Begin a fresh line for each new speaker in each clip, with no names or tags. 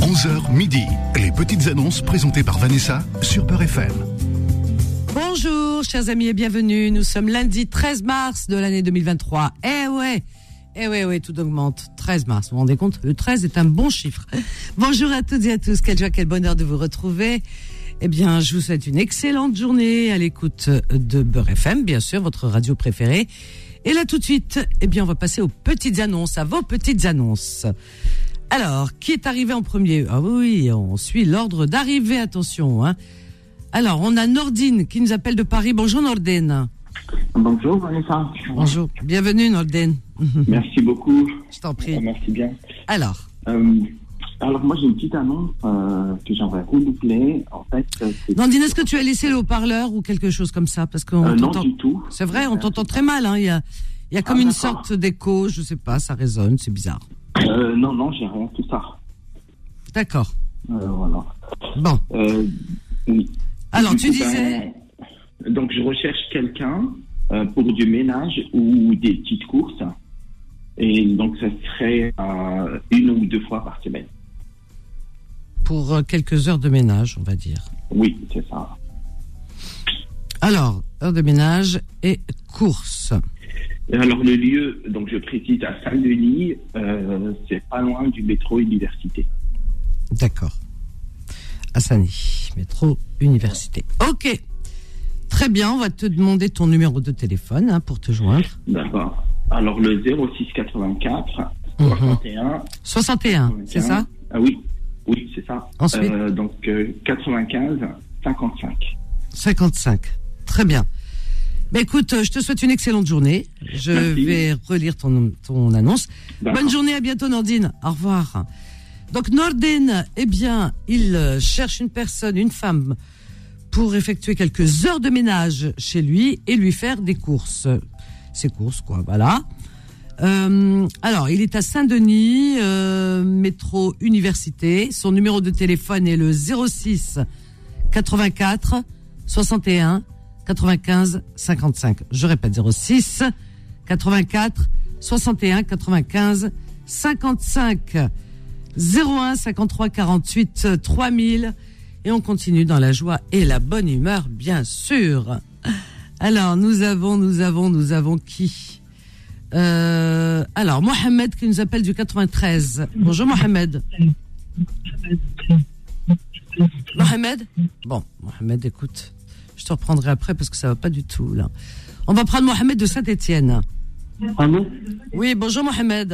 11h midi, les petites annonces présentées par Vanessa sur Peur FM.
Bonjour, chers amis et bienvenue. Nous sommes lundi 13 mars de l'année 2023. Eh ouais, eh ouais, ouais, tout augmente. 13 mars, vous vous rendez compte Le 13 est un bon chiffre. Bonjour à toutes et à tous. Quelle joie, quel bonheur de vous retrouver. Eh bien, je vous souhaite une excellente journée à l'écoute de Beurre FM, bien sûr, votre radio préférée. Et là, tout de suite, eh bien, on va passer aux petites annonces, à vos petites annonces. Alors, qui est arrivé en premier Ah oui, on suit l'ordre d'arrivée, attention. Hein. Alors, on a Nordine qui nous appelle de Paris. Bonjour Nordine.
Bonjour Vanessa.
Bonjour. Bienvenue Nordine.
Merci beaucoup.
Mhm.
Euh,
Je t'en prie.
Merci bien.
Alors,
Euh, alors moi j'ai une petite annonce euh, que j'aimerais renouveler. En fait, euh, c'est-
Nordine, est-ce que tu as laissé le haut-parleur ou quelque chose comme ça Parce qu'on
Euh, non
t'entend.
du tout.
C'est vrai, on t'entend très mal. hein. Il y a, il y a comme
Ah,
une
d'accord.
sorte d'écho, je sais pas, ça résonne, c'est bizarre.
Euh, non non j'ai rien tout ça.
D'accord.
Euh, voilà.
Bon.
Euh, oui.
Alors,
Du
tu
coup,
disais.
ben, donc je recherche quelqu'un euh, pour du ménage ou des petites courses. Et donc ça serait euh, une ou deux fois par semaine.
pour euh, quelques heures de ménage, on va dire.
Oui c'est ça.
Alors, heures de ménage et courses.
Et alors le lieu donc je précise à Saint-Denis, euh, c'est pas loin du métro université.
D'accord. Asani, métro, université. Ok. Très bien, on va te demander ton numéro de téléphone hein, pour te joindre.
D'accord. Alors le 06 84
Mhm.
61
61, c'est ça
Ah oui, oui, c'est ça.
Ensuite
Euh, donc euh, 95 55.
55. Très bien. Bah, écoute, euh, je te souhaite une excellente journée. Je
Merci.
vais relire ton, ton annonce.
D'accord.
Bonne journée, à bientôt Nordine. Au revoir. Donc Nordine, eh bien, il euh, cherche une personne, une femme, pour effectuer quelques heures de ménage chez lui et lui faire des courses. Ses courses, quoi, voilà. Euh, alors, il est à Saint-Denis, euh, métro Université. Son numéro de téléphone est le 06 84 61 95 55. Je répète, 06 84 61 95 55 01 53 48 3000 et on continue dans la joie et la bonne humeur bien sûr. Alors nous avons nous avons nous avons qui Euh, alors Mohamed qui nous appelle du 93. Bonjour Mohamed. Mohamed Bon, Mohamed écoute, je te reprendrai après parce que ça va pas du tout là. On va prendre Mohamed de Saint-Étienne.
Allô
Oui, bonjour Mohamed.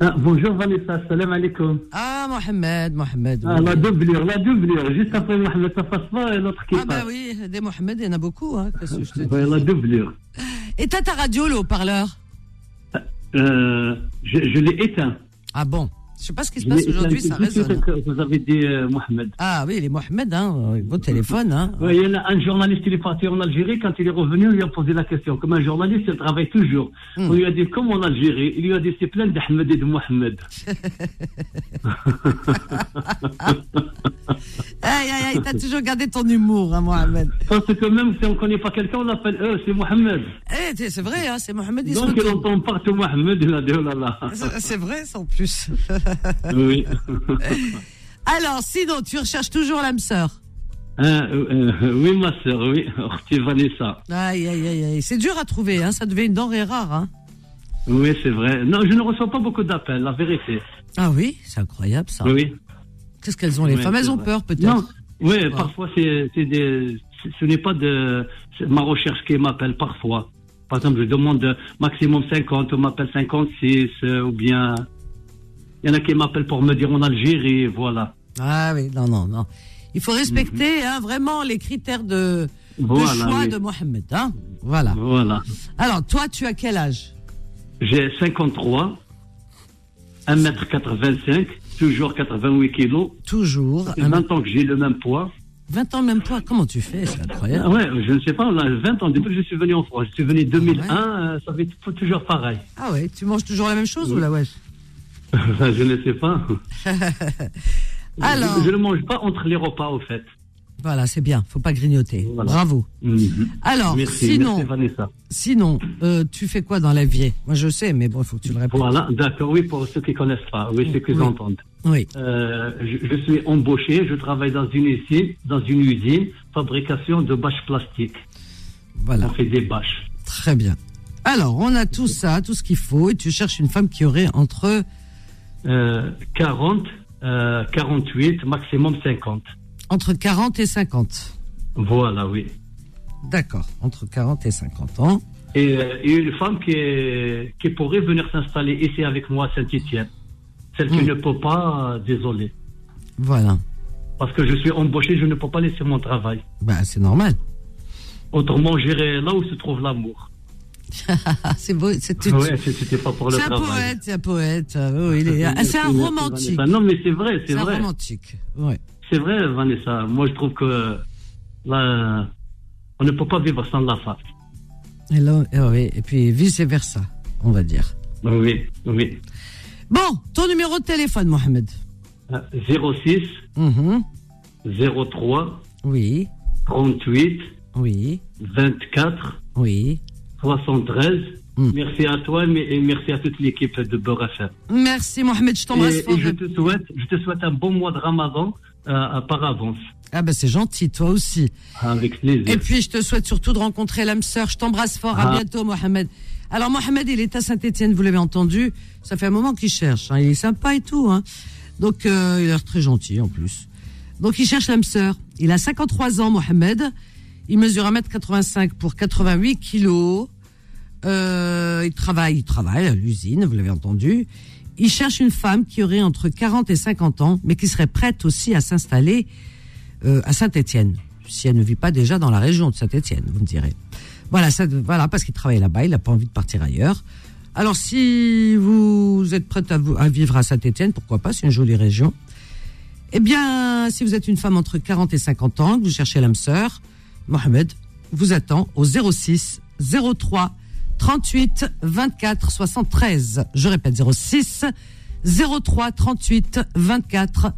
Ah, Bonjour Vanessa, salam alaikum.
Ah, Mohamed, Mohamed. oui.
Ah, la doublure, la doublure, juste après Mohamed Tafasma et l'autre qui
Ah, bah
passe.
oui, des Mohamed, il y en a beaucoup. Hein, qu'est-ce que je te dis.
Ouais, la doublure.
Et t'as ta radio, le haut-parleur
Euh, je je l'ai éteint.
Ah bon Je sais pas ce qui se
Je
passe
l'ai éteint
aujourd'hui, ça
tout de suite
résonne. hein.
que Vous avez dit euh, Mohamed.
Ah oui, les Mohamed, hein, avec vos téléphones. Hein.
Ouais, il y en a un journaliste, il est parti en Algérie. Quand il est revenu, on lui a posé la question. Comme un journaliste, il travaille toujours.
Hmm.
On lui a dit, comme en Algérie, il lui a dit, c'est plein d'Ahmed et de Mohamed.
Aïe, aïe, aïe, t'as toujours gardé ton humour, hein, Mohamed.
Parce que même si on ne connaît pas quelqu'un, on l'appelle, euh, c'est Mohamed.
Eh, t'es- c'est vrai, hein, c'est Mohamed, il se
Donc, il
retourne.
entend partout Mohamed, il a dit, oh là là.
C'est- C'est vrai, ça, en plus.
Oui.
Alors, sinon, tu recherches toujours l'âme sœur.
Ah, euh, euh, oui, ma sœur, oui, Orti Vanessa.
Aïe, aïe, aïe, aïe. C'est dur à trouver, hein, ça devait une denrée rare. Hein.
Oui, c'est vrai. Non, je ne reçois pas beaucoup d'appels, la vérité.
Ah oui, c'est incroyable, ça.
Oui.
Qu'est-ce qu'elles ont, les
Ouais,
femmes Elles
c'est
ont
vrai.
peur, peut-être.
Non, oui,
Ouais.
parfois, c'est c'est des, c'est- ce n'est pas de c'est ma recherche qui m'appelle parfois. Par exemple, je demande euh, maximum 50, on m'appelle 56, euh, ou bien. Il y en a qui m'appellent pour me dire en Algérie, voilà.
Ah oui, non, non, non. Il faut respecter hein, vraiment les critères de, de
Voilà.
choix
oui.
de Mohamed. Hein voilà.
Voilà.
Alors, toi, tu as quel âge
J'ai 53, 1m85, toujours 88 kilos.
Toujours.
C'est
un-
20 ans que j'ai le même poids.
20 ans, même poids. Comment tu fais C'est
Ah
incroyable.
Ouais, je ne sais pas, on a 20 ans. Depuis que je suis venu en France, je suis venu 2001, euh, ça fait t- toujours pareil.
Ah ouais, tu manges toujours la même chose ou la wesh
Enfin, je ne sais pas.
Alors,
Je, je ne mange pas entre les repas, au fait.
Voilà, c'est bien. Faut pas grignoter.
Voilà.
Bravo.
Mhm.
Alors,
Merci,
sinon,
merci Vanessa.
sinon, euh, tu fais quoi dans la vie Moi, je sais, mais bon, faut que tu le répètes.
Voilà, d'accord, oui, pour ceux qui connaissent pas, oui, ceux qui
Oui.
entendent.
Oui.
Euh, je, je suis embauché, je travaille dans une usine, dans une usine, fabrication de bâches plastiques.
Voilà.
On fait des bâches.
Très bien. Alors, on a tout ça, tout ce qu'il faut, et tu cherches une femme qui aurait entre
Euh, 40, euh, 48, maximum 50.
entre 40 et 50.
Voilà, oui.
D'accord, entre 40 et 50 ans.
Et, euh, et une femme qui, est- qui pourrait venir s'installer ici avec moi à Saint-Etienne. Celle qui
Mm.
ne peut pas, euh, désolé.
Voilà.
Parce que je suis embauché, je ne peux pas laisser mon travail.
Bah, c'est normal.
Autrement, j'irai là où se trouve l'amour.
Ah, c'est beau. C'est tu-
Ouais, si c'était pas pour le
c'est un
travail.
poète, c'est un poète. euh, oui, il est- ah, c'est un
Merci,
romantique.
Vanessa. Non, mais c'est vrai, c'est
C'est un
vrai.
romantique. Ouais.
C'est vrai, Vanessa. Moi, je trouve que là, on ne peut pas vivre sans la femme.
Et, là, euh, oui, et puis vice-versa, on va dire.
Oui, oui.
Bon, ton numéro de téléphone, Mohamed.
Euh, 06
Mhm.
03
Oui,
38
oui,
24
oui.
73.
Mm.
Merci à toi mais- et merci à toute l'équipe de Beurre FM.
Merci, Mohamed, je
Et,
t'embrasse
et
fort.
je, te souhaite, je te souhaite un bon mois de ramadan euh, par avance.
Ah, ben c'est gentil, toi aussi.
Ah, Avec plaisir.
Et puis, je te souhaite surtout de rencontrer l'âme sœur. Je t'embrasse fort. À
Ah.
bientôt, Mohamed. Alors, Mohamed, il est à Saint-Etienne, vous l'avez entendu. Ça fait un moment qu'il cherche. hein. Il est sympa et tout. hein. Donc, euh, il a l'air très gentil, en plus. Donc, il cherche l'âme sœur. Il a 53 ans, Mohamed. Il mesure 1m85 pour 88 kilos. Euh, il travaille, il travaille à l'usine, vous l'avez entendu. Il cherche une femme qui aurait entre 40 et 50 ans, mais qui serait prête aussi à s'installer euh, à Saint-Étienne, si elle ne vit pas déjà dans la région de Saint-Étienne, vous me direz. Voilà, ça, voilà parce qu'il travaille là-bas, il n'a pas envie de partir ailleurs. Alors si vous êtes prête à, vous- à vivre à Saint-Étienne, pourquoi pas, c'est une jolie région. Eh bien, si vous êtes une femme entre 40 et 50 ans, que vous cherchez l'âme sœur, Mohamed vous attend au 06 03 38 24 73. Je répète, 06 03 38 24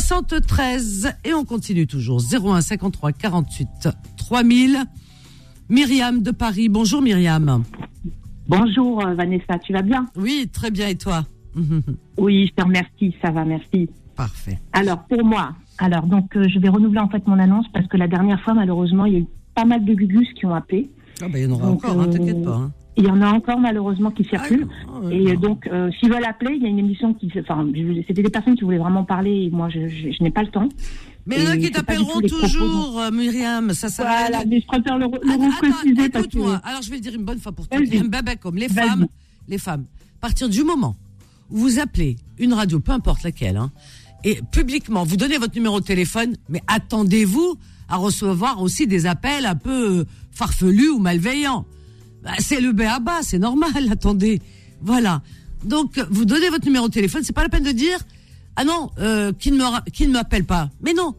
73. Et on continue toujours. 01 53 48 3000. Myriam de Paris. Bonjour Myriam.
Bonjour euh, Vanessa, tu vas bien
Oui, très bien. Et toi
Oui, je te remercie, ça va, merci.
Parfait.
Alors pour moi, alors donc euh, je vais renouveler en fait mon annonce parce que la dernière fois malheureusement il y a eu pas mal de gugus qui ont appelé.
Ah ben, il y en aura
Donc,
encore, hein,
euh,
t'inquiète pas. hein.
Il y en a encore malheureusement qui circulent.
Ah, ouais,
Et euh,
non.
donc euh, s'ils veulent appeler, il y a une émission qui, se- enfin je- c'était des personnes qui voulaient vraiment parler et moi je, je- je n'ai pas le temps.
Mais il y en a
et
qui
c'est pas du tout
t'appelleront
les propos,
toujours, euh, Myriam. Ça sert à rien.
Voilà, mais je préfère le, re- le
Attends,
repréciser
attends,
parce que
écoute-moi. Alors, je vais le dire une bonne fois pour toutes.
Vas-y.
Mbaba comme les
Vas-y.
femmes, les femmes. À partir du moment où vous appelez une radio, peu importe laquelle, hein, et publiquement, vous donnez votre numéro de téléphone, mais attendez-vous à recevoir aussi des appels un peu euh, farfelus ou malveillants. Bah, c'est le B.A.B.A., c'est normal, attendez. Voilà. Donc, euh, vous donnez votre numéro de téléphone, c'est pas la peine de dire Ah non, euh, qui ne me ra- qui ne m'appelle pas. Mais non,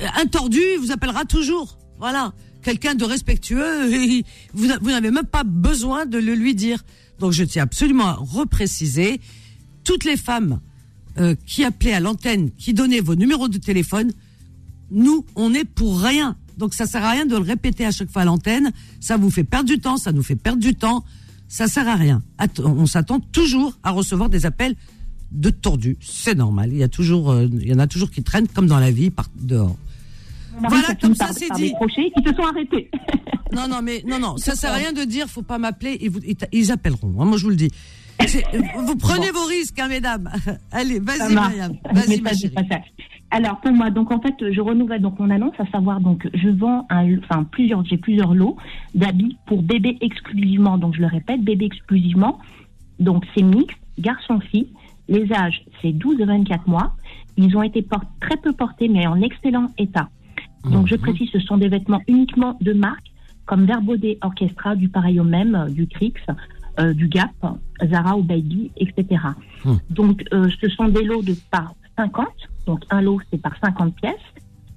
Euh, un tordu il vous appellera toujours. Voilà. Quelqu'un de respectueux, et vous, vous n'avez même pas besoin de le lui dire. Donc je tiens absolument à repréciser, toutes les femmes euh, qui appelaient à l'antenne, qui donnaient vos numéros de téléphone, nous, on est pour rien. Donc ça sert à rien de le répéter à chaque fois à l'antenne. Ça vous fait perdre du temps, ça nous fait perdre du temps. Ça sert à rien. Att- on s'attend toujours à recevoir des appels de tordus. C'est normal. Il y a toujours, euh, il y en a toujours qui traînent comme dans la vie par dehors.
mon mari,
Voilà,
ça
comme
finit
ça,
par-
c'est
par
dit.
des crochets qui se sont arrêtés.
Non, non, mais non, non, ça sert à rien de dire, faut pas m'appeler, ils, vous- ils t'a- ils appelleront. hein, moi, je vous le dis. C'est- Vous prenez vos risques, hein, mesdames. Allez,
Ça
vas-y,
marche.
Myriam.
Mais
Vas-y,
ça,
ma
j'ai
chérie.
pas ça. Alors pour moi, donc en fait, je renouvelle donc mon annonce, à savoir donc je vends un, enfin plusieurs, j'ai plusieurs lots d'habits pour bébé exclusivement. Donc je le répète, bébé exclusivement. Donc c'est mixte, garçon-fille. Les âges, c'est 12 à 24 mois. Ils ont été por- très peu portés, mais en excellent état. Donc je précise, ce sont des vêtements uniquement de marque, comme Verbaudet Orchestra, du pareil au même, euh, du Crix, euh, du Gap, Zara ou Baby, etc.
Hmm.
Donc euh, ce sont des lots de par 50, donc un lot c'est par 50 pièces,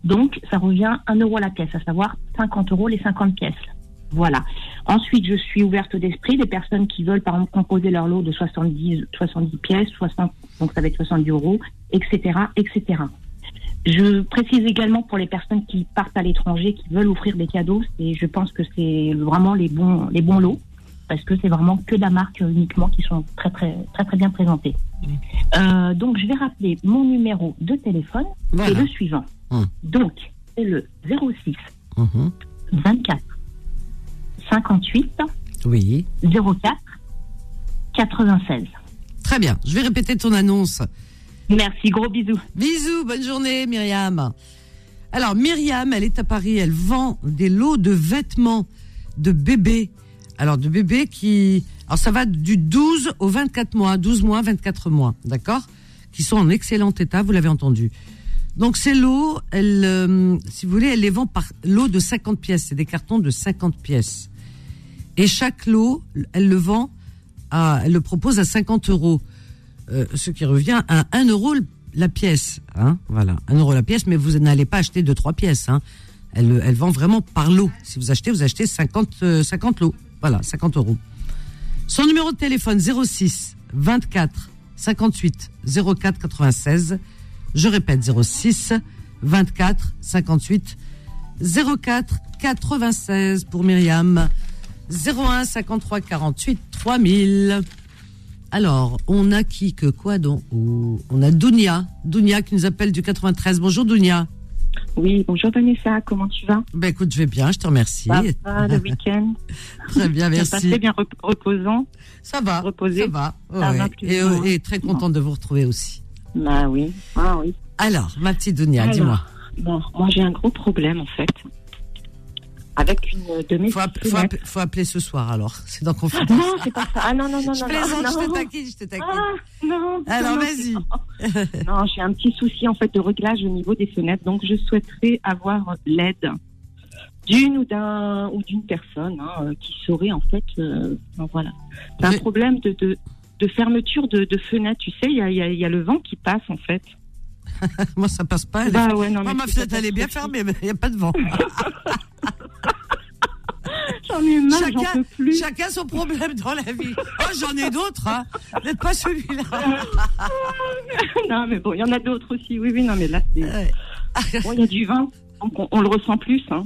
donc ça revient 1 euro la pièce, à savoir 50 euros les 50 pièces. Voilà. Ensuite, je suis ouverte d'esprit des personnes qui veulent, par exemple, composer leur lot de 70, 70 pièces, 60, donc ça va être 70 euros, etc., etc. Je précise également pour les personnes qui partent à l'étranger, qui veulent offrir des cadeaux, c'est, je pense que c'est vraiment les bons, les bons lots, parce que c'est vraiment que de la marque euh, uniquement qui sont très très très très bien présentés. Euh, donc je vais rappeler mon numéro de téléphone
Voilà.
et le suivant.
Hum.
Donc c'est le 06 hum.
Mhm.
24 58
Oui.
04 96.
Très bien. Je vais répéter ton annonce.
Merci, gros bisous.
Bisous, bonne journée Myriam. Alors Myriam, elle est à Paris, elle vend des lots de vêtements de bébés. Alors de bébés qui... Alors ça va du 12 au 24 mois, 12 mois, 24 mois, d'accord Qui sont en excellent état, vous l'avez entendu. Donc ces lots, elle, euh, si vous voulez, elle les vend par lot de 50 pièces. C'est des cartons de 50 pièces. Et chaque lot, elle le vend, à, Ah, elle le propose à 50 euros. Euh, ce qui revient à 1 euro l- la pièce. Hein voilà, 1 euro la pièce, mais vous n'allez pas acheter 2-3 pièces. Hein elle, elle vend vraiment par lot. Si vous achetez, vous achetez 50, euh, 50 lots. Voilà, 50 euros. Son numéro de téléphone 06 24 58 04 96. Je répète 06 24 58 04 96 pour Myriam. 01 53 48 3000. Alors, on a qui que quoi donc Oh, On a Dounia, Dounia qui nous appelle du 93. Bonjour Dounia.
Oui, bonjour Vanessa, comment tu vas
Ben écoute, je vais bien, je te remercie.
Ça va le week-end
Très bien,
Ça s'est passé
merci.
bien rep- reposant
Ça va,
Reposé.
Ah, ça va.
Ça
ouais.
va plus
et,
ou moins.
et très contente de vous retrouver aussi.
Bah oui. Ah oui.
Alors, ma petite Dounia,
Alors,
dis-moi.
Bon, moi j'ai un gros problème en fait. Avec une de mes
Faut, app- faut,
fenêtres.
app- faut appeler ce soir alors. C'est dans confiance.
Non, c'est pas ça. Ah non, non, non,
je
non.
plaisante,
non,
je te
non.
taquine, je te taquine.
Ah, non.
alors
non,
vas-y.
c'est- Non, j'ai un petit souci en fait de réglage au niveau des fenêtres, donc je souhaiterais avoir l'aide d'une ou d'un ou d'une personne hein, euh, qui saurait en fait. euh, bon, voilà. C'est un
Mais-
problème de, de, de fermeture de, de fenêtres. Tu sais, il y a, il y a- il y a le vent qui passe en fait.
Moi ça passe pas. elle est-
Bah ouais, non,
Moi,
mais
ma
c'est
fenêtre elle est bien
catastrophique.
fermée, mais il n'y a pas de vent.
J'en ai marre,
Chacun-
j'en peux plus.
Chacun son problème dans la vie. Oh, j'en ai d'autres, hein. N'êtes pas celui-là.
Non, mais bon, il y en a d'autres aussi. Oui, oui, non, mais là, c'est.
Ah Ouais.
Bon, il y a du vin, donc on, on le ressent plus. Hein.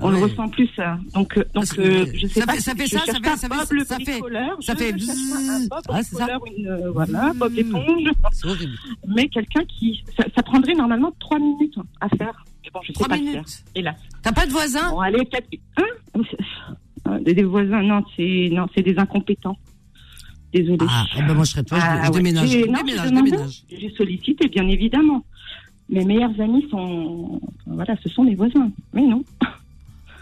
On
Ah Ouais.
le ressent plus. hein. Donc, euh,
Parce
donc
que
euh, je sais
ça
pas.
fait- ça
si
fait
je
ça, ça
cherche
fait-
un
ça fait-
Bob le
ça fait-
bricoleur,
ça
je
fait
cherche un- un Bob
Ah, c'est ça. Mmh.
bricoleur, une, euh, voilà, Bob l'éponge,
C'est horrible.
mais quelqu'un qui. Ça, ça prendrait normalement 3 minutes à faire. Mais bon, je sais
Trois
pas le faire.
minutes.
Hélas.
T'as pas de voisin
Bon, allez, peut-être. Hein Euh, Des des voisins, non, c'est non, c'est des incompétents. Désolée.
Ah, eh ben moi je serais toi, je-
Ah,
je
ouais.
déménage.
J'ai-
Je
non,
déménage,
je
je
demandais,
déménage.
J'ai sollicité, bien évidemment. Mes meilleurs amis sont. Voilà, ce sont mes voisins. Mais non.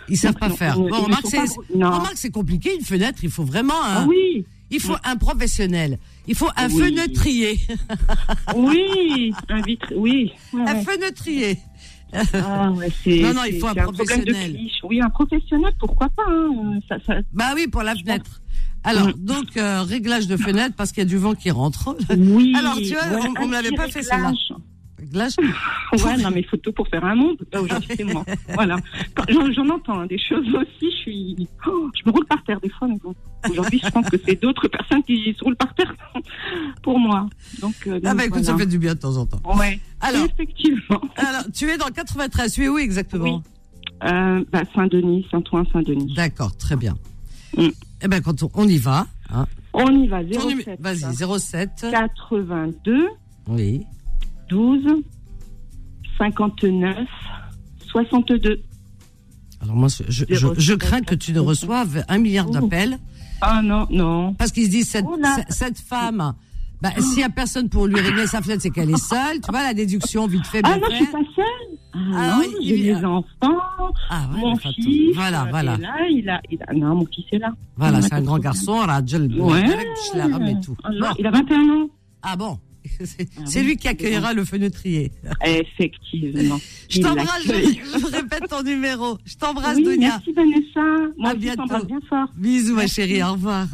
Ils savent
Donc,
pas
non, euh,
faire.
ils ne
Bon, remarque,
sont
c'est,
pas gros. Non.
remarque, c'est compliqué, une fenêtre, il faut vraiment
Ah
un,
oui,
il faut un professionnel. Il faut un
Oui.
fenêtrier.
oui, un vitre, oui. Ouais,
Un
ouais.
fenêtrier.
Ah ouais, c'est.
Non, non, il
c'est-
faut un
c'est problème de
professionnel.
cliché. Oui, un professionnel, pourquoi pas. hein, Ça, Mm. ça-
Bah oui, pour la fenêtre. Alors, donc, euh, réglage de fenêtre parce qu'il y a du vent qui rentre.
Oui.
Alors, tu vois,
voilà,
on- on me l'avait
un petit
pas fait, celle-là.
réglage.
Réglage.
Ouais, non, mais il faut tout pour faire un monde. Bah, aujourd'hui, c'est moi. Voilà. Quand- J'en j'en entends hein, des choses aussi. Je suis, oh, je me roule par terre des fois, mais bon. Aujourd'hui, je pense que c'est d'autres personnes qui se roulent par terre pour moi. Donc, euh,
Ah
donc,
bah écoute, ça
voilà.
fait du bien de temps en temps.
Ouais.
Alors,
Effectivement.
alors, tu es dans le 93, tu es où exactement
Euh, bah, Saint-Denis, Saint-Ouen, Saint-Denis.
D'accord, très bien.
Mm.
Eh ben quand on, on y va, hein.
On y va.
Ton numé-
07.
Vas-y, 07.
82,
Oui.
12, 59, 62.
Alors moi, je, je- je- je
07,
crains que tu ne reçoives un milliard
Ouh.
d'appels
Ah non, non.
parce qu'ils se disent cette,
Oula.
ce- cette femme. Bah, s'il n'y a personne pour lui régler sa fenêtre, c'est qu'elle est seule. Tu vois, la déduction vite fait, bien
Ah non, je suis
faite.
pas seule.
Ah
Ah, non,
oui, il y
j'ai
a-
des enfants.
Ah ouais,
mon
enfin, tout.
fils.
Voilà,
euh,
voilà.
est là, il a, il a- non, mon fils est là.
Voilà,
on a
c'est un
compris.
grand garçon. Rajel,
Ouais.
Berek, Shlaram et tout.
Ah non,
Bon.
Il a 21 ans.
Ah bon C'est-
Ah
C'est
oui,
lui qui accueillera le fenêtrier.
Effectivement.
Je
Il
t'embrasse,
l'accueille.
je, je répète ton numéro. Je t'embrasse,
Oui,
Dounia.
merci Vanessa.
À
Moi, je
bientôt.
t'embrasse bien fort.
Bisous, ma
Merci.
chérie, au revoir.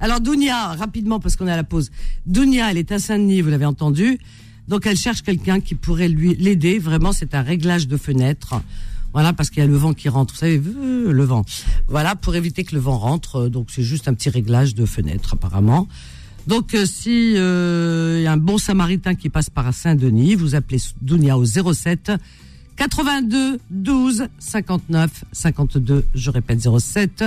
Alors, Dounia, rapidement, parce qu'on est à la pause. Dounia, elle est à Saint-Denis, vous l'avez entendu. Donc, elle cherche quelqu'un qui pourrait lui l'aider. Vraiment, c'est un réglage de fenêtre. Voilà, parce qu'il y a le vent qui rentre. Vous savez, euh, le vent. Voilà, pour éviter que le vent rentre. euh, Donc, c'est juste un petit réglage de fenêtre, apparemment. Donc, euh, si euh, il y a un bon samaritain qui passe par Saint-Denis, vous appelez Dounia au 07 82 12 59 52. Je répète 07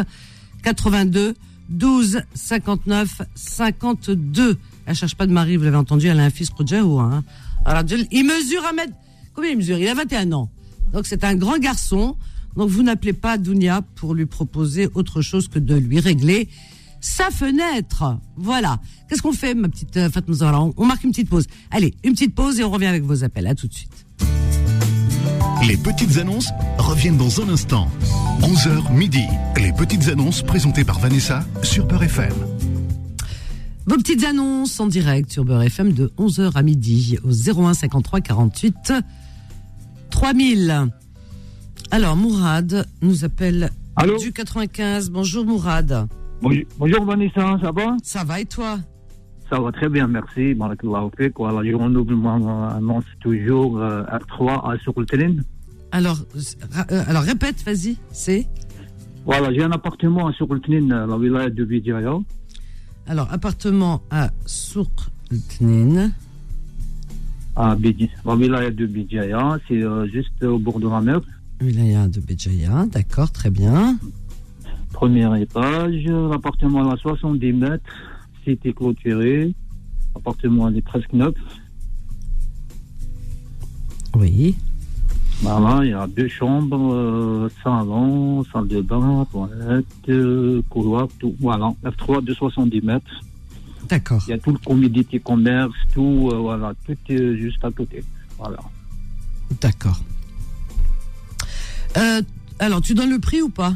82 12 59 52. Elle cherche pas de mari, vous l'avez entendu, elle a un fils Rojaou. Hein. Alors, il mesure un mètre. Combien il mesure Il a 21 ans. Donc c'est un grand garçon. Donc vous n'appelez pas Dounia pour lui proposer autre chose que de lui régler sa fenêtre. Voilà. Qu'est-ce qu'on fait, ma petite euh, Fatma Zahra on, on marque une petite pause. Allez, une petite pause et on revient avec vos appels. À tout de suite.
Les petites annonces reviennent dans un instant. 11h midi. Les petites annonces présentées par Vanessa sur Peur FM.
Vos petites annonces en direct sur Beurre FM de 11h à midi au 01 53 48 3000. Alors, Mourad nous appelle
Allô
du 95. Bonjour, Mourad.
Bonjour, bonjour Vanessa, ça va
Ça va et toi
Ça va très bien, merci. Barakallahu fik. Voilà, je renouvelle mon euh, annonce toujours euh, R3 à Soukoulteline.
alors, ra- euh, alors, répète, vas-y. C'est
Voilà, j'ai un appartement à Soukoulteline, euh, la wilaya de Bidjaya.
Alors, appartement à Souk Tnin.
À Bidj- la wilaya de Bidjaya, c'est euh, juste au bord de la mer.
Wilaya de Béjaïa. D'accord, très bien.
Premier étage, l'appartement est à 70 mètres, cité clôturée. L'appartement il est presque neuf.
Oui.
Voilà, il y a deux chambres, euh, salon, salle de bain, toilette, euh, couloir, tout. Voilà, F3 de 70 mètres.
D'accord.
Il y a tout le comédité commerce, tout, euh, voilà, tout est juste à côté. Voilà.
D'accord. Euh, alors, tu donnes le prix ou pas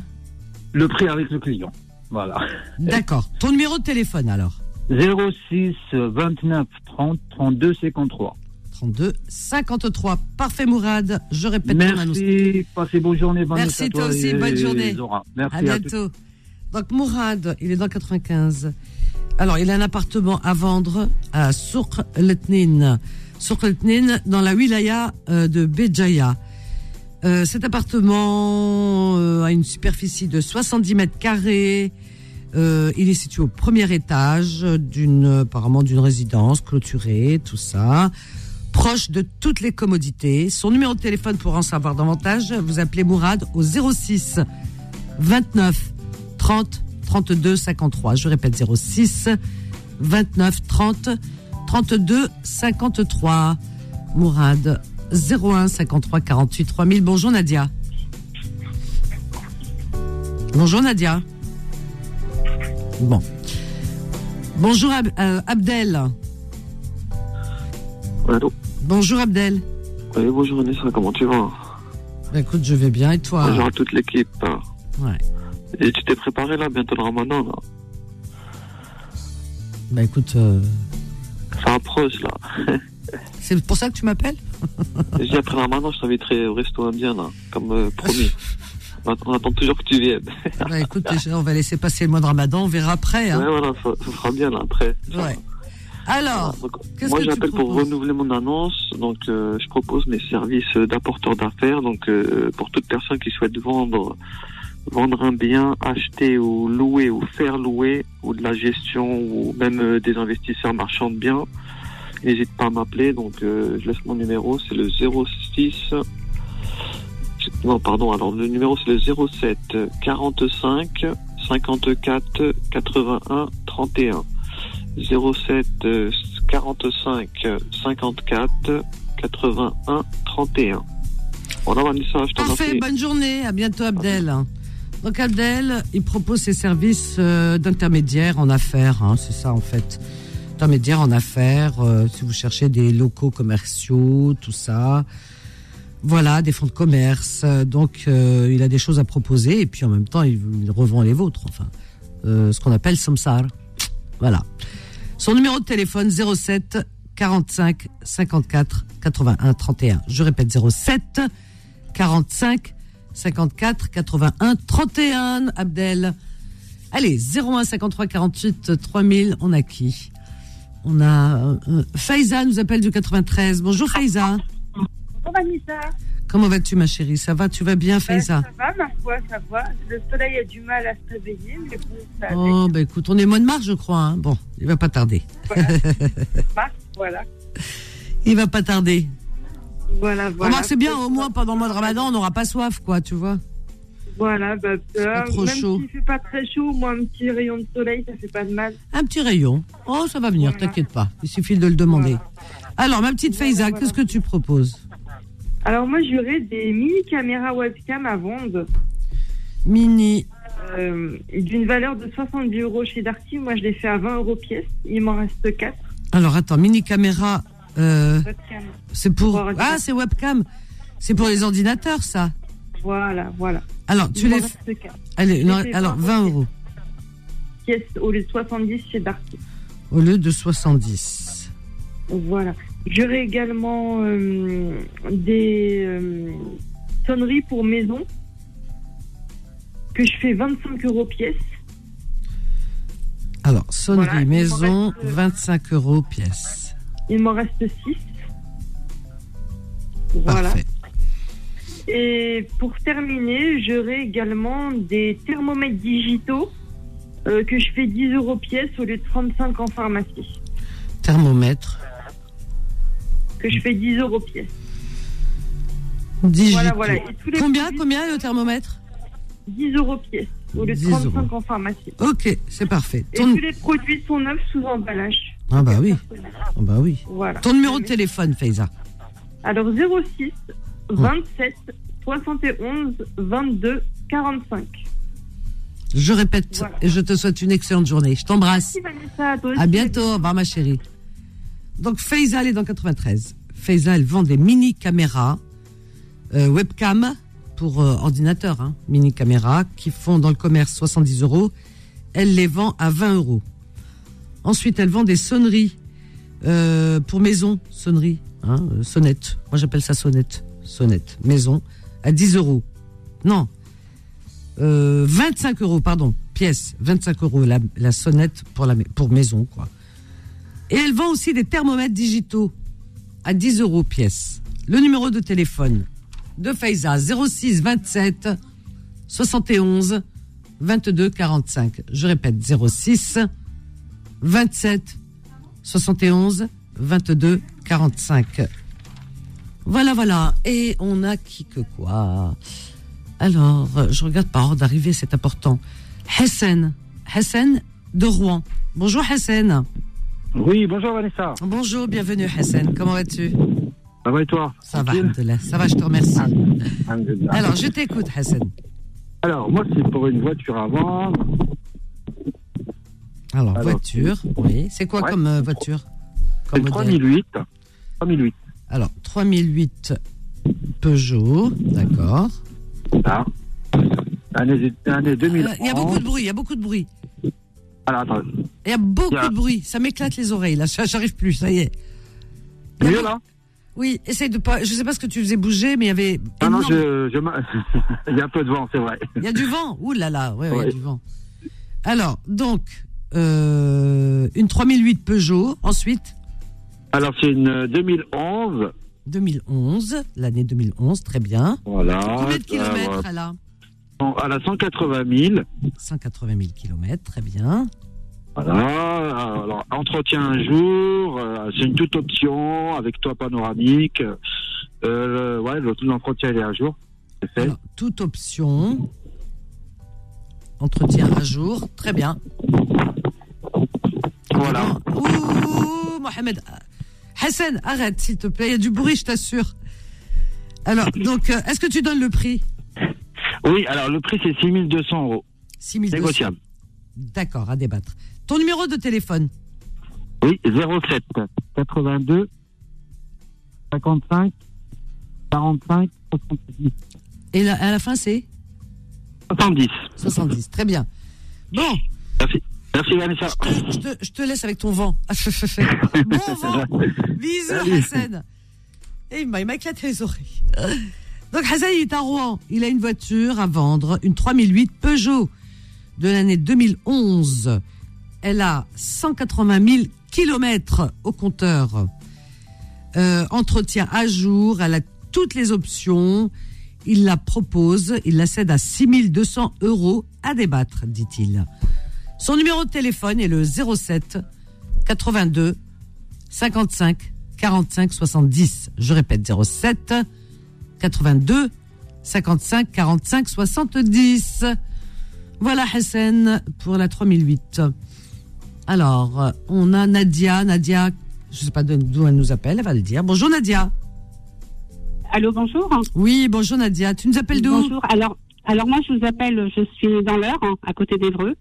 Le prix avec le client. Voilà.
D'accord. Ton numéro de téléphone alors
06 29 30 32 53.
32 53. Parfait, Mourad. Je répète ton annonce.
Merci, passez bonne journée. bonne
Merci,
nuit à
toi aussi,
et
bonne journée.
Zora. Merci
À
à tous.
bientôt. Donc, Mourad, il est dans 95. Alors, il a un appartement à vendre à Souk Letnin. Souk Letnin, dans la wilaya euh, de Béjaïa. Euh, cet appartement euh, a une superficie de 70 mètres carrés. Euh, il est situé au premier étage d'une apparemment d'une résidence clôturée, tout ça, proche de toutes les commodités. Son numéro de téléphone pour en savoir davantage, vous appelez Mourad au 06 29 30 32 53. Je répète 06 29 30 32 53. Mourad 01 53 48 3000. Bonjour Nadia. Bonjour Nadia. Bon. Bonjour Ab- euh, Abdel.
Allô
Bonjour Abdel.
Oui, bonjour Vanessa, comment tu vas
Bah, écoute, je vais bien et toi
Bonjour à toute l'équipe.
Ouais.
Et tu t'es préparé là, bientôt le ramadan là
Bah écoute, euh,
Ça approche là.
c'est pour ça que tu m'appelles
J'ai dit après le ramadan, je t'inviterai au resto indien là, comme euh, promis. On att- on attend toujours que tu viennes.
Bah écoute, déjà, on va laisser passer le mois de Ramadan, on verra après. hein.
Ouais, voilà, ça, ça sera bien là après.
Ouais. Alors,
Donc,
qu'est-ce
moi
que tu
j'appelle pour
proposes
renouveler mon annonce. Donc euh, je propose mes services d'apporteur d'affaires. Donc euh, pour toute personne qui souhaite vendre, vendre un bien, acheter ou louer ou faire louer ou de la gestion ou même euh, des investisseurs marchands de biens, n'hésite pas à m'appeler. Donc euh, je laisse mon numéro, c'est le 06. Non, pardon, alors le numéro c'est le 07 45 54 81 31. 07 euh, 45 54 81 31. Voilà Vanessa, je t'en
Parfait,
remercie.
bonne journée, à bientôt Abdel. Donc Abdel, il propose ses services euh, d'intermédiaire en affaires, hein, c'est ça en fait. Intermédiaire en affaires, euh, si vous cherchez des locaux commerciaux, tout ça. Voilà, des fonds de commerce. Euh, Donc euh, il a des choses à proposer et puis en même temps il, il revend les vôtres, enfin. Euh, ce qu'on appelle Somsar. Voilà. Son numéro de téléphone 07 45 54 81 31. Je répète 07 45 54 81 31 Abdel. Allez, 01 53 48 3000, on a qui On a euh, euh, Faiza nous appelle du 93. Bonjour Faiza.
Bonjour Anissa.
Comment vas-tu ma chérie Ça va, tu vas bien Faiza
Ben, ça va, ma foi, ça va. Le soleil a du mal à se réveiller, mais bon, ça
Oh bah écoute, on est mois de mars je crois hein. Bon, il va pas tarder.
marche. Voilà.
Il va pas tarder.
Voilà, voilà.
Remarque, c'est bien, au moins pendant le mois de ramadan, on n'aura pas soif, quoi, tu vois.
Voilà, bah, ça,
trop
même
chaud.
s'il fait pas très chaud, moi, un petit rayon de soleil, ça fait pas de mal.
Un petit rayon. Oh, ça va venir, t'inquiète pas. Il suffit de le demander. Alors, ma petite Faiza, qu'est-ce que tu proposes
Alors, moi, j'aurais des mini-caméras webcam à vendre.
Mini.
euh, D'une valeur de 70 euros chez Darty. Moi, je les fais à 20 euros pièce. Il m'en reste 4.
Alors, attends, mini caméra. euh, c'est pour. Ah, c'est webcam. C'est pour les ordinateurs, ça.
Voilà, voilà.
Alors, tu
Il m'en
les.
reste quatre.
Allez,
Je
non,
les fais
alors, 20 euros
pièces au lieu de 70 chez Darty.
au lieu de 70.
Voilà. J'aurai également euh, des euh, sonneries pour maison que je fais 25 euros pièce.
Alors, sonnerie
Voilà, il m'en
maison,
reste, euh,
25 euros pièce.
Il m'en reste 6. Voilà.
Parfait.
Et pour terminer, j'aurai également des thermomètres digitaux euh, que je fais 10 euros pièce au lieu de 35 en pharmacie.
Thermomètre
Que je fais 10 euros pièce.
digitaux.
Voilà, voilà. Et tous les
Combien,
produits,
combien le thermomètre
10 euros pièce au lieu de
10 euros.
35 en pharmacie.
Ok, c'est parfait.
Et
Ton...
tous les produits sont neufs sous emballage.
Ah, bah oui. Ah, bah oui.
Voilà.
Ton numéro de téléphone, Faiza.
Alors 06 27 71 22 45.
Je répète
Voilà.
et je te souhaite une excellente journée. Je t'embrasse.
Merci Vanessa, à toi
À
aussi.
bientôt. Au revoir, ma chérie. Donc, Faiza, elle est dans 93. Faiza, elle vend des mini caméras, euh, webcam pour euh, ordinateur, hein, mini caméras, qui font dans le commerce 70 euros. Elle les vend à 20 euros. Ensuite, elle vend des sonneries euh, pour maison, sonnerie, hein, euh, sonnette. Moi, j'appelle ça sonnette. Sonnette, maison, à 10 euros. Non, euh, 25 euros, pardon, pièce, 25 euros, la, la sonnette pour, la, ma- pour maison, quoi. Et elle vend aussi des thermomètres digitaux à 10 euros pièce. Le numéro de téléphone de Faiza, 06 27 71 22 45. Je répète, 06 27 71 22 45. Voilà, voilà. Et on a qui que quoi alors, euh, je regarde par ordre d'arrivée, c'est important. Hassan, Hassan de Rouen. Bonjour Hassan.
Oui, bonjour Vanessa.
Bonjour, bienvenue Hassan. Comment vas-tu
Ça va et toi
Ça va,
Tranquille
Abdullah. Ça va, je te remercie.
Alhamdulillah.
Alors, je t'écoute Hassan.
Alors, moi, c'est pour une voiture à vendre.
Alors,
Alors.
voiture. Oui. C'est quoi
Ouais.
comme euh, voiture
C'est
Comme
le
modèle
3008. 3008,
Alors, 3008 Peugeot. D'accord.
là. Ah. Année, année
Euh,
2000.
Il y a beaucoup de bruit, il y a beaucoup de bruit.
Alors, attends.
Il y a beaucoup
Il y a-
de bruit. Ça m'éclate les oreilles. Là, j'arrive plus, ça y est. Il y a
Mieux,
beaucoup-
là
Oui, essaye de pas. Je sais pas ce que tu faisais bouger, mais il y avait.
Ah non,
énorme-
je, je m'a- il y a un peu de vent, c'est vrai.
Il y a du vent Ouh là là, ouais, ouais, il y a
Ouais.
du vent. Alors, donc, euh, une 3008 Peugeot, ensuite
Alors, c'est une euh, 2011.
2011, l'année 2011, très bien.
Voilà.
Combien de
Euh,
kilomètres elle a
bon, Elle a 180 000.
180 000 kilomètres, très bien.
Voilà. Alors, entretien un jour. euh, c'est une toute option avec toit panoramique. Euh, le- ouais, le- l'entretien, il est un jour. C'est fait.
Alors, toute option. Entretien à jour, très bien.
Voilà.
Ouh, Mohamed. Hassan, arrête, s'il te plaît, il y a du bruit, je t'assure. Alors, donc, euh, est-ce que tu donnes le prix
Oui, alors le prix, c'est 6200 euros.
6200.
Négociable.
D'accord, à débattre. Ton numéro de téléphone
Oui, 07 82 55 45 70.
Et la- à la fin, c'est
70.
70. Très bien. Bon,
Merci. Merci Vanessa.
je te, je te- je te laisse avec ton vent. bon vent. Bisous,
Salut.
Hassan. Et il m'a il m'a éclaté les oreilles. Donc, Hassan, il est à Rouen. Il a une voiture à vendre, une 3008 Peugeot de l'année 2011. Elle a 180 000 kilomètres au compteur. Euh, entretien à jour, elle a toutes les options. Il la propose, il la cède à 6200 euros à débattre, dit-il. Son numéro de téléphone est le 07 82 55 45 70. Je répète, 07 82 55 45 70. Voilà Hessen pour la 3008. Alors, euh, on a Nadia. Nadia, je ne sais pas de- d'où elle nous appelle, elle va le dire. Bonjour Nadia.
Allô, bonjour.
Oui, bonjour Nadia. Tu nous appelles d'où
Bonjour. Alors, alors moi, je vous appelle, je suis dans l'heure, hein, à côté d'Evreux.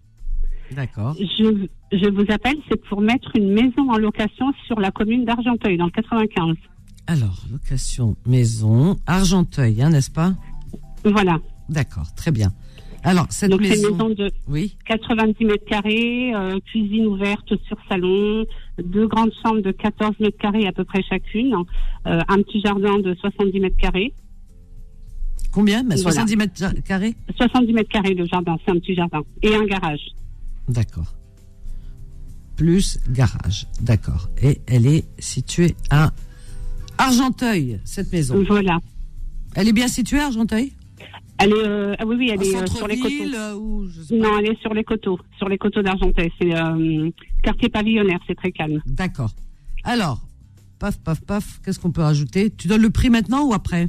D'accord.
Je, je vous appelle, c'est pour mettre une maison en location sur la commune d'Argenteuil, dans le 95.
Alors, location maison, Argenteuil, hein, n'est-ce pas
Voilà.
D'accord, très bien. Alors, cette
Donc, c'est
maison.
une maison de 90 mètres carrés, euh, cuisine ouverte sur salon, deux grandes chambres de 14 mètres carrés à peu près chacune, euh, un petit jardin de 70 mètres carrés.
Combien Bah,
Voilà.
70 mètres carrés
70 mètres carrés le jardin, c'est un petit jardin. Et un garage.
D'accord. Plus garage, d'accord. Et elle est située à Argenteuil, cette maison.
Voilà.
Elle est bien située, Argenteuil
Elle est, euh, ah oui, oui, elle
En
est euh, sur les
centre-ville,
coteaux.
euh, ou je sais pas.
Non, elle est sur les coteaux, sur les coteaux d'Argenteuil. C'est euh, quartier pavillonnaire, c'est très calme.
D'accord. Alors, paf, paf, paf, qu'est-ce qu'on peut rajouter Tu donnes le prix maintenant ou après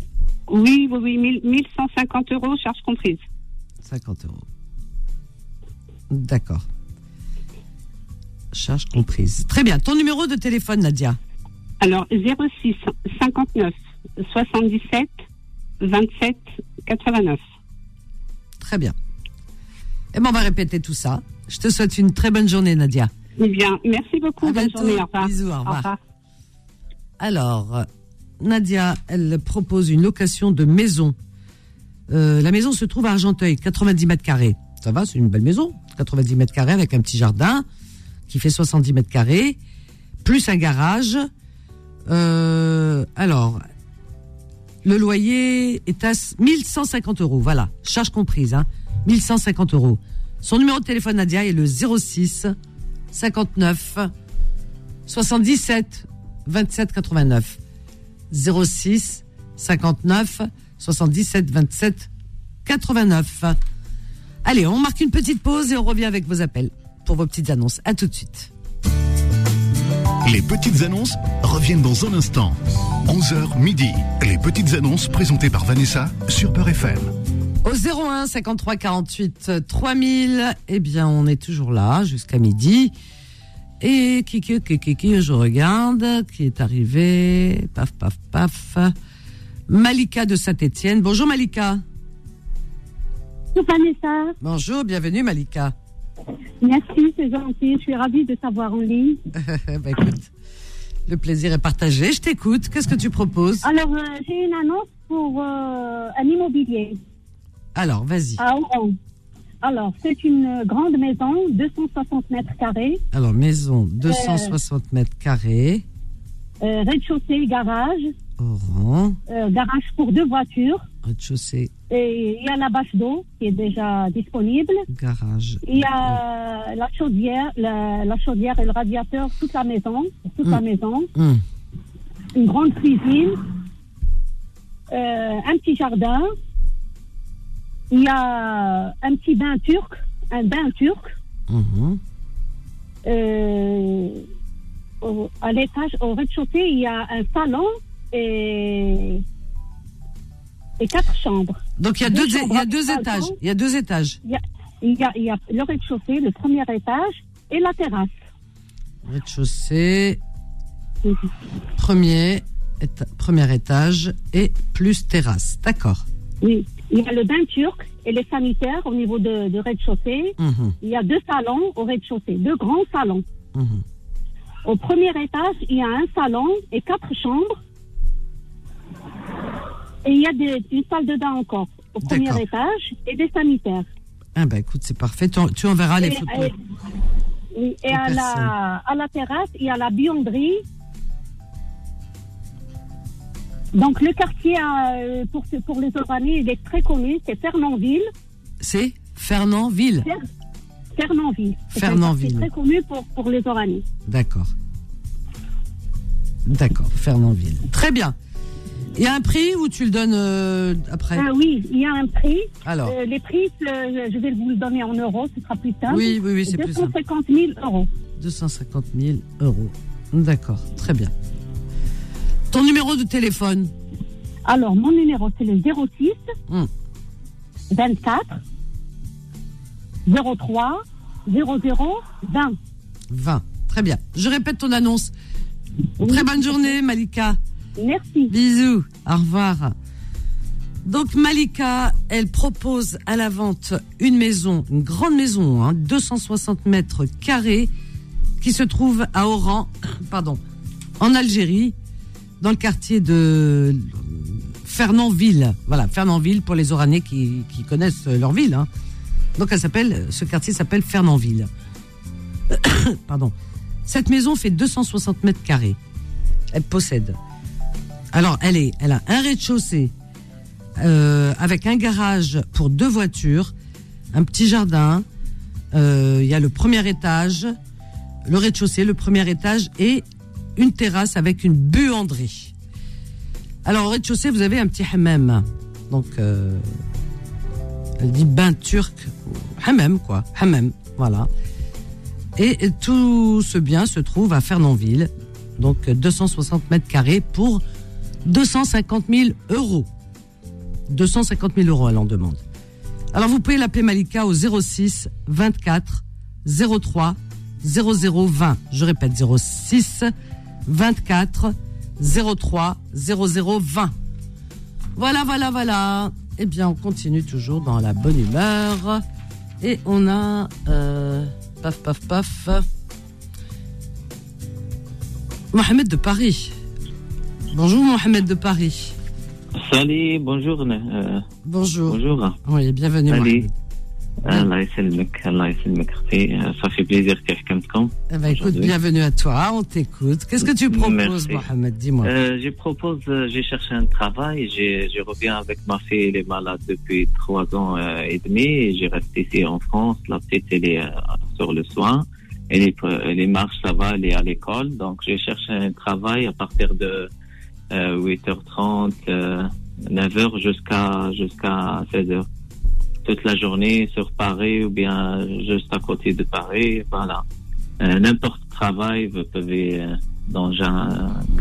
Oui, oui, oui, 1000 1150 euros, charges comprises.
50 euros. D'accord. Charge comprise. Très bien. Ton numéro de téléphone, Nadia
Alors, 06 59 77 27 89.
Très bien. Et ben, on va répéter tout ça. Je te souhaite une très bonne journée, Nadia.
Eh bien, merci beaucoup.
À
bonne
bientôt.
journée. Au revoir.
Bisous, au revoir. Alors, euh, Nadia, elle propose une location de maison. Euh, la maison se trouve à Argenteuil, 90 mètres carrés. Ça va, c'est une belle maison. 90 mètres carrés avec un petit jardin qui fait 70 mètres carrés, plus un garage. Euh, alors, le loyer est à 1150 euros. Voilà, charge comprise, hein, 1150 euros. Son numéro de téléphone, Nadia, est le 06 59 77 27 89 06 59 77 27 89. Allez, on marque une petite pause et on revient avec vos appels pour vos petites annonces. À tout de suite.
Les petites annonces reviennent dans un instant. 11h midi. Les petites annonces présentées par Vanessa sur Peur FM.
Au 01 53 48 3000, eh bien, on est toujours là jusqu'à midi. Et qui, qui, qui, qui, qui, je regarde, qui est arrivé. Paf, paf, paf. Malika de Saint-Étienne. Bonjour Malika.
Bonjour Vanessa,
Bonjour, bienvenue Malika.
merci, c'est gentil, je suis ravie de t'avoir en ligne.
Bah, écoute, le plaisir est partagé. Je t'écoute. Qu'est-ce que tu proposes
Alors, euh, j'ai une annonce pour euh, un immobilier
Alors, vas-y.
à Oran. Alors, c'est une euh, grande maison, 260 mètres carrés,
Alors, maison 260 mètres carrés,
euh, rez-de-chaussée, garage,
Oran,
euh, garage pour deux voitures,
rez-de-chaussée,
et il y a la bâche d'eau qui est déjà disponible.
garage.
Il y a la chaudière, la, la chaudière et le radiateur, toute la maison, toute la maison.
Hum.
une grande cuisine, euh, un petit jardin. Il y a un petit bain turc, un bain turc
Mhm.
euh, au- à l'étage, au rez-de-chaussée. Il y a un salon et, et quatre chambres.
Donc, il y a deux, il
chambres
y a
à
deux
salon.
étages. Il y a deux étages.
Il y a, il y a- il y a le rez-de-chaussée, le premier étage et la terrasse.
Rez-de-chaussée, premier, éta- premier étage et plus terrasse. D'accord.
Oui. Il y a le bain turc et les sanitaires au niveau de, de rez-de-chaussée.
Mhm.
Il y a deux salons au rez-de-chaussée, deux grands salons.
Mhm.
Au premier étage, il y a un salon et quatre chambres. Et il y a des- une salle de bain encore au premier
D'accord.
étage et des sanitaires.
Ah, bah écoute, c'est parfait. Tu, en- tu enverras les
Et-
photos.
et- oui, et à la, à la terrasse, il y a la buanderie. Donc le quartier euh, pour, ce- pour les Oranais, il est très connu, c'est Fernandville.
C'est Fernandville.
Fer- Fernandville. C'est un
Fernandville.
quartier très connu pour, pour les Oranais.
D'accord. D'accord, Fernandville. Très bien. Il y a un prix ou tu le donnes euh, après
Ah oui, il y a un prix.
Alors.
Euh, les prix, euh, je vais vous le donner en euros, ce sera plus simple.
Oui, oui, oui, c'est plus simple.
250 000 euros.
250 000 euros. D'accord, très bien. Ton numéro de téléphone
Alors, mon numéro, c'est le 06 24 03 00 20.
20. Très bien. Je répète ton annonce. Très bonne journée, Malika.
Merci.
Bisous. Au revoir. Donc Malika, elle propose à la vente une maison, une grande maison, hein, 260 mètres carrés, qui se trouve à Oran, pardon, en Algérie, dans le quartier de Fernandville. Voilà, Fernandville pour les Oranais qui, qui connaissent leur ville. hein. Donc elle s'appelle, ce quartier s'appelle Fernandville. pardon. Cette maison fait 260 mètres carrés. Elle possède. Alors elle est, elle a un rez-de-chaussée euh, avec un garage pour deux voitures, un petit jardin. euh, Il y a le premier étage, le rez-de-chaussée, le premier étage et une terrasse avec une buanderie. Alors au rez-de-chaussée, vous avez un petit hammam. Donc euh, elle dit bain turc, hammam quoi, hammam, voilà. Et tout ce bien se trouve à Fernandville, donc 260 mètres carrés pour 250 000 euros. 250 000 euros, elle en demande. Alors vous pouvez l'appeler Malika au 06 24 03 00 20. Je répète, 06 24 03 00 20. Voilà, voilà, voilà. Eh bien, on continue toujours dans la bonne humeur. Et on a... euh, paf, paf, paf. Mohamed de Paris. Bonjour Mohamed de Paris.
Salut, bonjour. euh,
Bonjour.
bonjour.
Oui, bienvenue.
Salut. Euh,
Mohamed.
الله يسلمك الله يسلمك اختي صافي بليزير كيف كنتكم
Eh ben, écoute, bienvenue à toi, on t'écoute. Qu'est-ce que tu proposes,
Merci.
Mohamed Dis-moi.
Euh, je propose, euh, j'ai cherché un travail, j'ai- je reviens avec ma fille, elle est malade depuis trois ans euh, et demi, et je reste ici en France, la petite elle est euh, sur le soin, elle, est, pre- elle est marche, ça va, elle est à l'école, donc je cherche un travail à partir de euh, 8h30, euh, 9h jusqu'à jusqu'à 16h. Toute la journée sur Paris ou bien juste à côté de Paris, voilà. Euh, N'importe travail, vous pouvez euh, dans un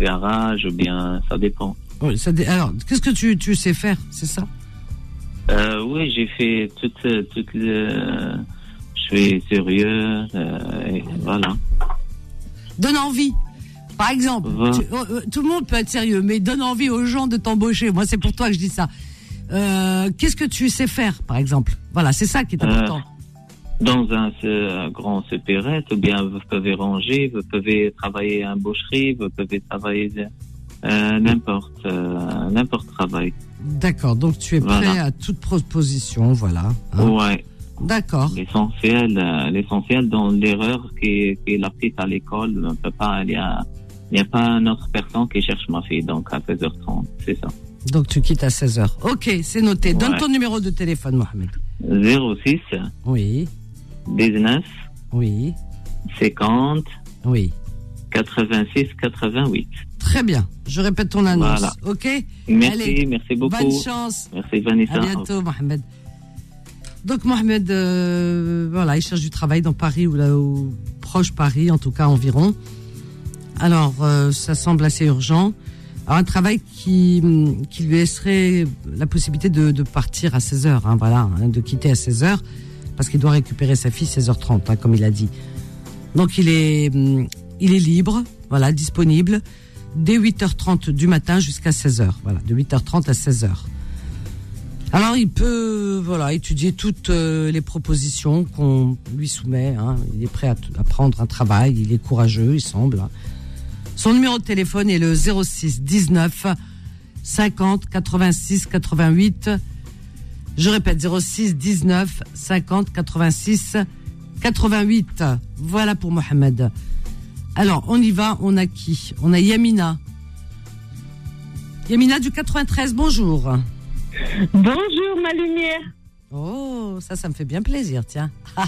garage ou bien ça dépend.
Oui, Oh, ça dé- Alors, qu'est-ce que tu, tu sais faire, c'est ça
Euh, oui, j'ai fait toute euh, toute le. Je suis sérieux, euh, et voilà.
Donne envie. Par exemple,
Va.
tu- euh, euh, tout le monde peut être sérieux, mais donne envie aux gens de t'embaucher. Moi, c'est pour toi que je dis ça. Euh, qu'est-ce que tu sais faire, par exemple Voilà, c'est ça qui est
Euh,
important.
Dans un, ce- un grand supérette, ou bien vous pouvez ranger, vous pouvez travailler en boucherie, vous pouvez travailler euh, n'importe euh, n'importe travail.
D'accord, donc tu es prêt
Voilà.
à toute proposition, voilà. hein.
Ouais.
D'accord.
L'essentiel, euh, l'essentiel dans l'erreur qui qui est la petite à l'école, on peut pas, il y a, il y a pas une autre personne qui cherche ma fille, donc à 16h30, c'est ça.
Donc tu quittes à 16h. Ok, c'est noté. Donne
Ouais.
ton numéro de téléphone, Mohamed.
06
Oui.
19
Oui.
50
Oui.
86 88.
Très bien. Je répète ton annonce.
Voilà.
Ok
Merci,
Allez,
merci beaucoup.
Bonne chance.
Merci Vanessa.
À bientôt, Mohamed. Donc, Mohamed, euh, voilà, il cherche du travail dans Paris ou là, au proche Paris, en tout cas environ. Alors, euh, ça semble assez urgent. Alors, un travail qui, hum, qui lui laisserait la possibilité de, de partir à 16h, hein, voilà, hein, de quitter à 16h, parce qu'il doit récupérer sa fille 16h30, hein, comme il a dit. Donc, il est, hum, il est libre, voilà, disponible, dès 8h30 du matin jusqu'à 16h, voilà, de 8h30 à 16h. Alors il peut euh, voilà étudier toutes euh, les propositions qu'on lui soumet. hein. Il est prêt à, t- à prendre un travail. Il est courageux, il semble. hein. Son numéro de téléphone est le 06 19 50 86 88. Je répète 06 19 50 86 88. Voilà pour Mohamed. Alors on y va. On a qui On a Yamina. Yamina du 93. Bonjour.
Bonjour ma lumière.
Oh, ça, ça me fait bien plaisir, tiens.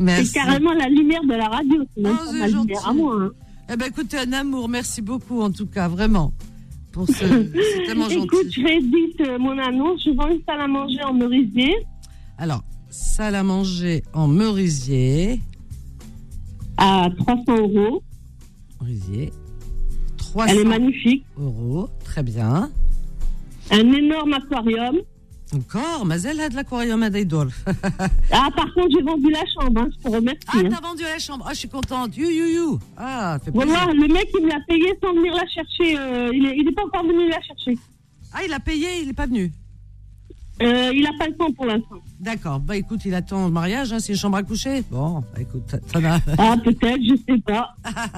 Merci.
C'est carrément la lumière de la radio. C'est même
Oh,
pas
c'est
ma
gentil.
lumière à moi. hein.
Eh ben, écoute, t'es un amour. Merci beaucoup, en tout cas, vraiment. Pour ce, c'est tellement gentil.
Écoute, je réédite euh, mon annonce. Je vends une salle à manger en merisier.
Alors, salle à manger en merisier.
À 300 euros.
Rivier.
Elle est magnifique.
euros. Très bien.
Un énorme aquarium.
Encore Mazel a de l'aquarium à Daidol.
ah, par contre, j'ai vendu la chambre, hein, je te remercie.
Ah,
hein.
t'as vendu la chambre. Ah, je suis contente. You, you, you. Ah, fait plaisir.
Voilà, le mec, il me l'a payé sans venir la chercher. euh, il n'est pas encore venu la chercher.
Ah, il a payé, il n'est pas venu
Euh,
Il n'a pas le temps pour l'instant.
D'accord. Bah écoute, il attend le mariage, hein, c'est une chambre à coucher. Bon, bah, écoute, t'en- t'en as.
Ah, peut-être, je sais pas.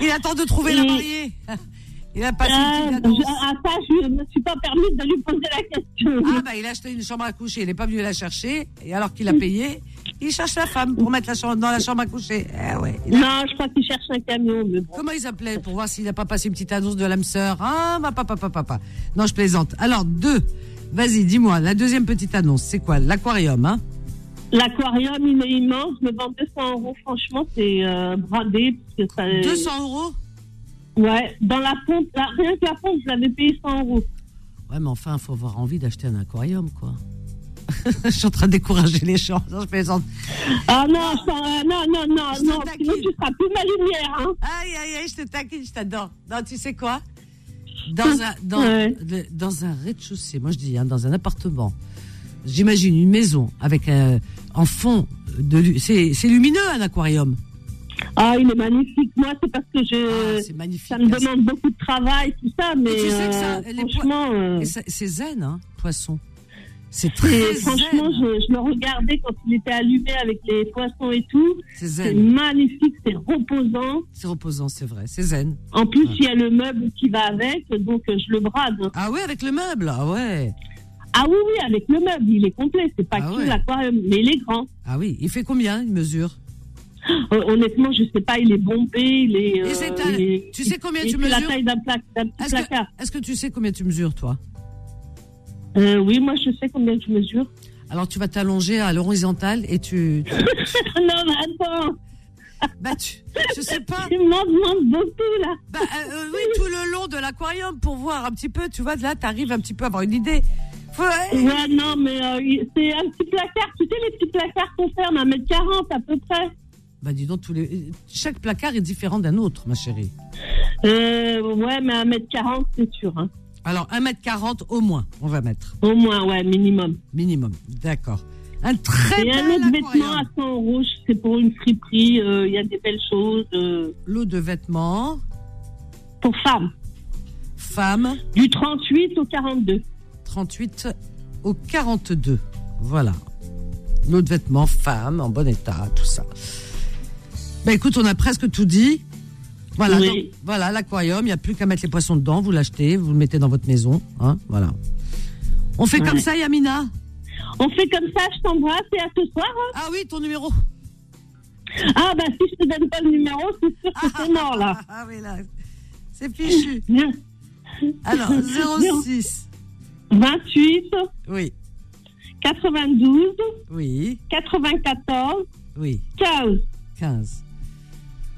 il attend de trouver la
Et-
mariée. Il a passé
Ah,
une petite annonce.
je- ah, ça, je ne me suis pas permise de lui poser la question.
Ah, bah il a acheté une chambre à coucher, il n'est pas venu la chercher. Et alors qu'il a payé, il cherche la femme pour mettre la chambre dans la chambre à coucher. Eh ouais.
Non, je crois qu'il cherche un camion.
Comment il s'appelait pour voir s'il n'a pas passé une petite annonce de l'âme sœur Ah, ma papa, papa, papa. Non, je plaisante. Alors, deux. Vas-y, dis-moi, la deuxième petite annonce, c'est quoi L'aquarium, hein
L'aquarium, il est immense, je le vends 200 euros. Franchement, c'est euh, bradé. Parce que ça, euh,
200 euros
Ouais, dans la pompe, là, rien que la pompe, je l'avais payé 100 euros.
Ouais, mais enfin, faut avoir envie d'acheter un aquarium, quoi. je suis en train de décourager les gens. Non, je plaisante.
Ah non, je t'en- euh, non, non, non,
Je te
non,
taquine.
sinon tu seras plus ma lumière. Hein.
Aïe, aïe, aïe, je te taquine, je t'adore. Non, tu sais quoi dans un, dans,
Ouais.
le- dans un rez-de-chaussée, moi je dis, hein, dans un appartement, j'imagine une maison avec un, en fond de. lu- C'est c'est lumineux un aquarium.
Ah, il est magnifique. Moi, c'est parce que
Ah,
je. Ça me demande beaucoup de travail, tout ça, mais.
Et tu sais que ça,
euh,
les po-
franchement. euh,
Et ça- C'est zen, hein, poisson. C'est
c'est-
très zen.
franchement, je, je le regardais quand il était allumé avec les poissons et tout.
C'est
C'est
zen.
magnifique, c'est reposant.
C'est reposant, c'est vrai, c'est zen.
En plus, il y a le meuble qui va avec, donc euh, je le brade.
Ah oui, avec le meuble, ah ouais. Ah
Ah oui, oui, avec le meuble, il est complet. C'est pas que
ouais.
l'aquarium, mais il est grand.
Ah oui, il fait combien une mesure
Euh, Honnêtement, je sais pas, il est bombé, il est.
Et c'est un- tu sais combien tu
me la
mesures
taille d'un pla- d'un petit
Est-ce que-
placard.
Est-ce que tu sais combien tu mesures, toi
Euh, oui, moi je sais combien je mesure.
Alors tu vas t'allonger à l'horizontale et tu.
non, mais attends
Bah, tu. Je sais pas.
Tu m'en demandes beaucoup, là
Bah, euh, euh, oui, tout le long de l'aquarium pour voir un petit peu, tu vois, de là, t'arrives un petit peu à avoir une idée. Faut- euh,
Ouais, non, mais euh, il- c'est un petit placard. Tu sais, les petits placards qu'on ferme, 1m40 à peu près.
Bah, dis donc, tous les... chaque placard est différent d'un autre, ma chérie.
Euh, ouais, mais 1m40, c'est sûr. Hein.
Alors, 1m40 au moins, on va mettre.
Au moins, ouais, minimum.
Minimum, d'accord. Un très
Et un
bel
autre vêtement
aquarium.
à 100 euros, c'est pour une friperie. euh, Il y a des belles choses. euh,
Lot de vêtements.
pour femmes.
Femmes.
Du 38 au 42.
38 au 42. Voilà. Lot de vêtements, femmes, en bon état, tout ça. Bah écoute, on a presque tout dit. Voilà,
Oui.
donc, voilà l'aquarium, il n'y a plus qu'à mettre les poissons dedans, vous l'achetez, vous le mettez dans votre maison. hein, voilà. On fait comme
Ouais.
ça, Yamina
On fait comme ça, je t'embrasse et à ce soir. hein.
Ah oui, ton numéro.
Ah, bah si je te donne pas le numéro, c'est sûr que c'est mort, là.
Ah oui, là, c'est fichu.
Bien.
Alors, 06.
28.
Oui.
92.
Oui.
94.
Oui.
15.
15.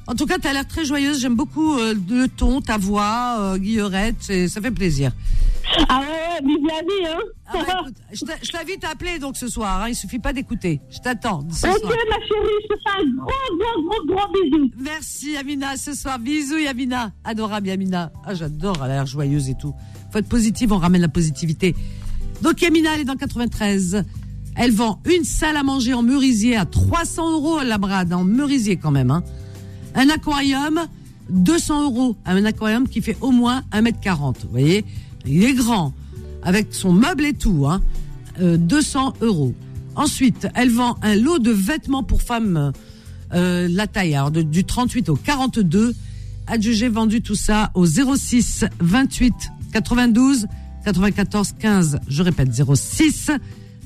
En tout cas, tu as l'air très joyeuse. J'aime beaucoup euh, le ton, ta voix, euh, Guillerette. c'est- Ça fait plaisir.
Ah ouais, vive la vie, hein
Ah bah, écoute, je t'a- je t'invite à appeler donc ce soir. hein. Il suffit pas d'écouter. Je t'attends. ce
Ok,
soir.
ma chérie, je te fais un gros, gros, gros, gros bisou.
Merci, Amina, ce soir. Bisous, Yamina. Adorable, Yamina. Ah, j'adore. Elle a l'air joyeuse et tout. Faut être positive, on ramène la positivité. Donc, Yamina, elle est dans le 93. Elle vend une salle à manger en merisier à 300 euros, la brade, en merisier quand même. hein. Un aquarium, 200 euros. Un aquarium qui fait au moins 1m40. Vous voyez Il est grand, avec son meuble et tout. Hein. Euh, 200 euros. Ensuite, elle vend un lot de vêtements pour femmes, euh, la taille, alors de- du 38 au 42. Adjugé vendu tout ça au 06 28 92 94 15. Je répète, 06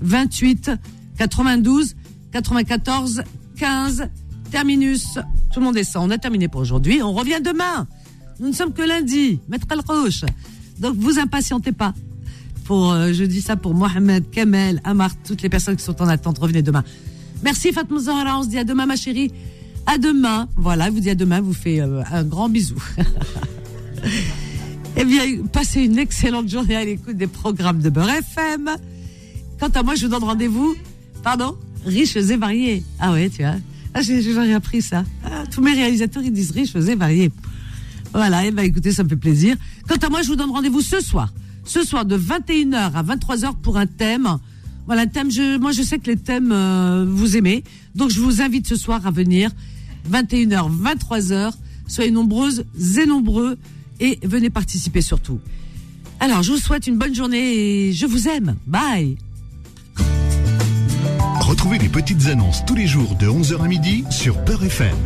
28 92 94 15. Terminus. Tout le monde descend. On a terminé pour aujourd'hui. On revient demain. Nous ne sommes que lundi. Maître al roche Donc vous impatientez pas pour, euh, je dis ça pour Mohamed, Kamel, Amar, toutes les personnes qui sont en attente. Revenez demain. Merci Fatma Zahra, on se dit à demain ma chérie. À demain. Voilà, je vous dis à demain, je vous fait un grand bisou. Eh bien, passez une excellente journée à l'écoute des programmes de Beurre FM. Quant à moi, je vous donne rendez-vous, pardon, riches et variés. Ah ouais, tu vois. Ah, j'ai j'ai jamais appris ça. Ah, Ah, tous mes réalisateurs, ils disent riche, faisait varié. Voilà, et ben écoutez, ça me fait plaisir. Quant à moi, je vous donne rendez-vous ce soir. Ce soir, de 21h à 23h pour un thème. Voilà, un thème, je, moi je sais que les thèmes, euh, vous aimez. Donc je vous invite ce soir à venir. 21h, 23h. Soyez nombreuses et nombreux et venez participer surtout. Alors, je vous souhaite une bonne journée et je vous aime. Bye
Retrouvez les petites annonces tous les jours de 11h à midi sur Peur FM.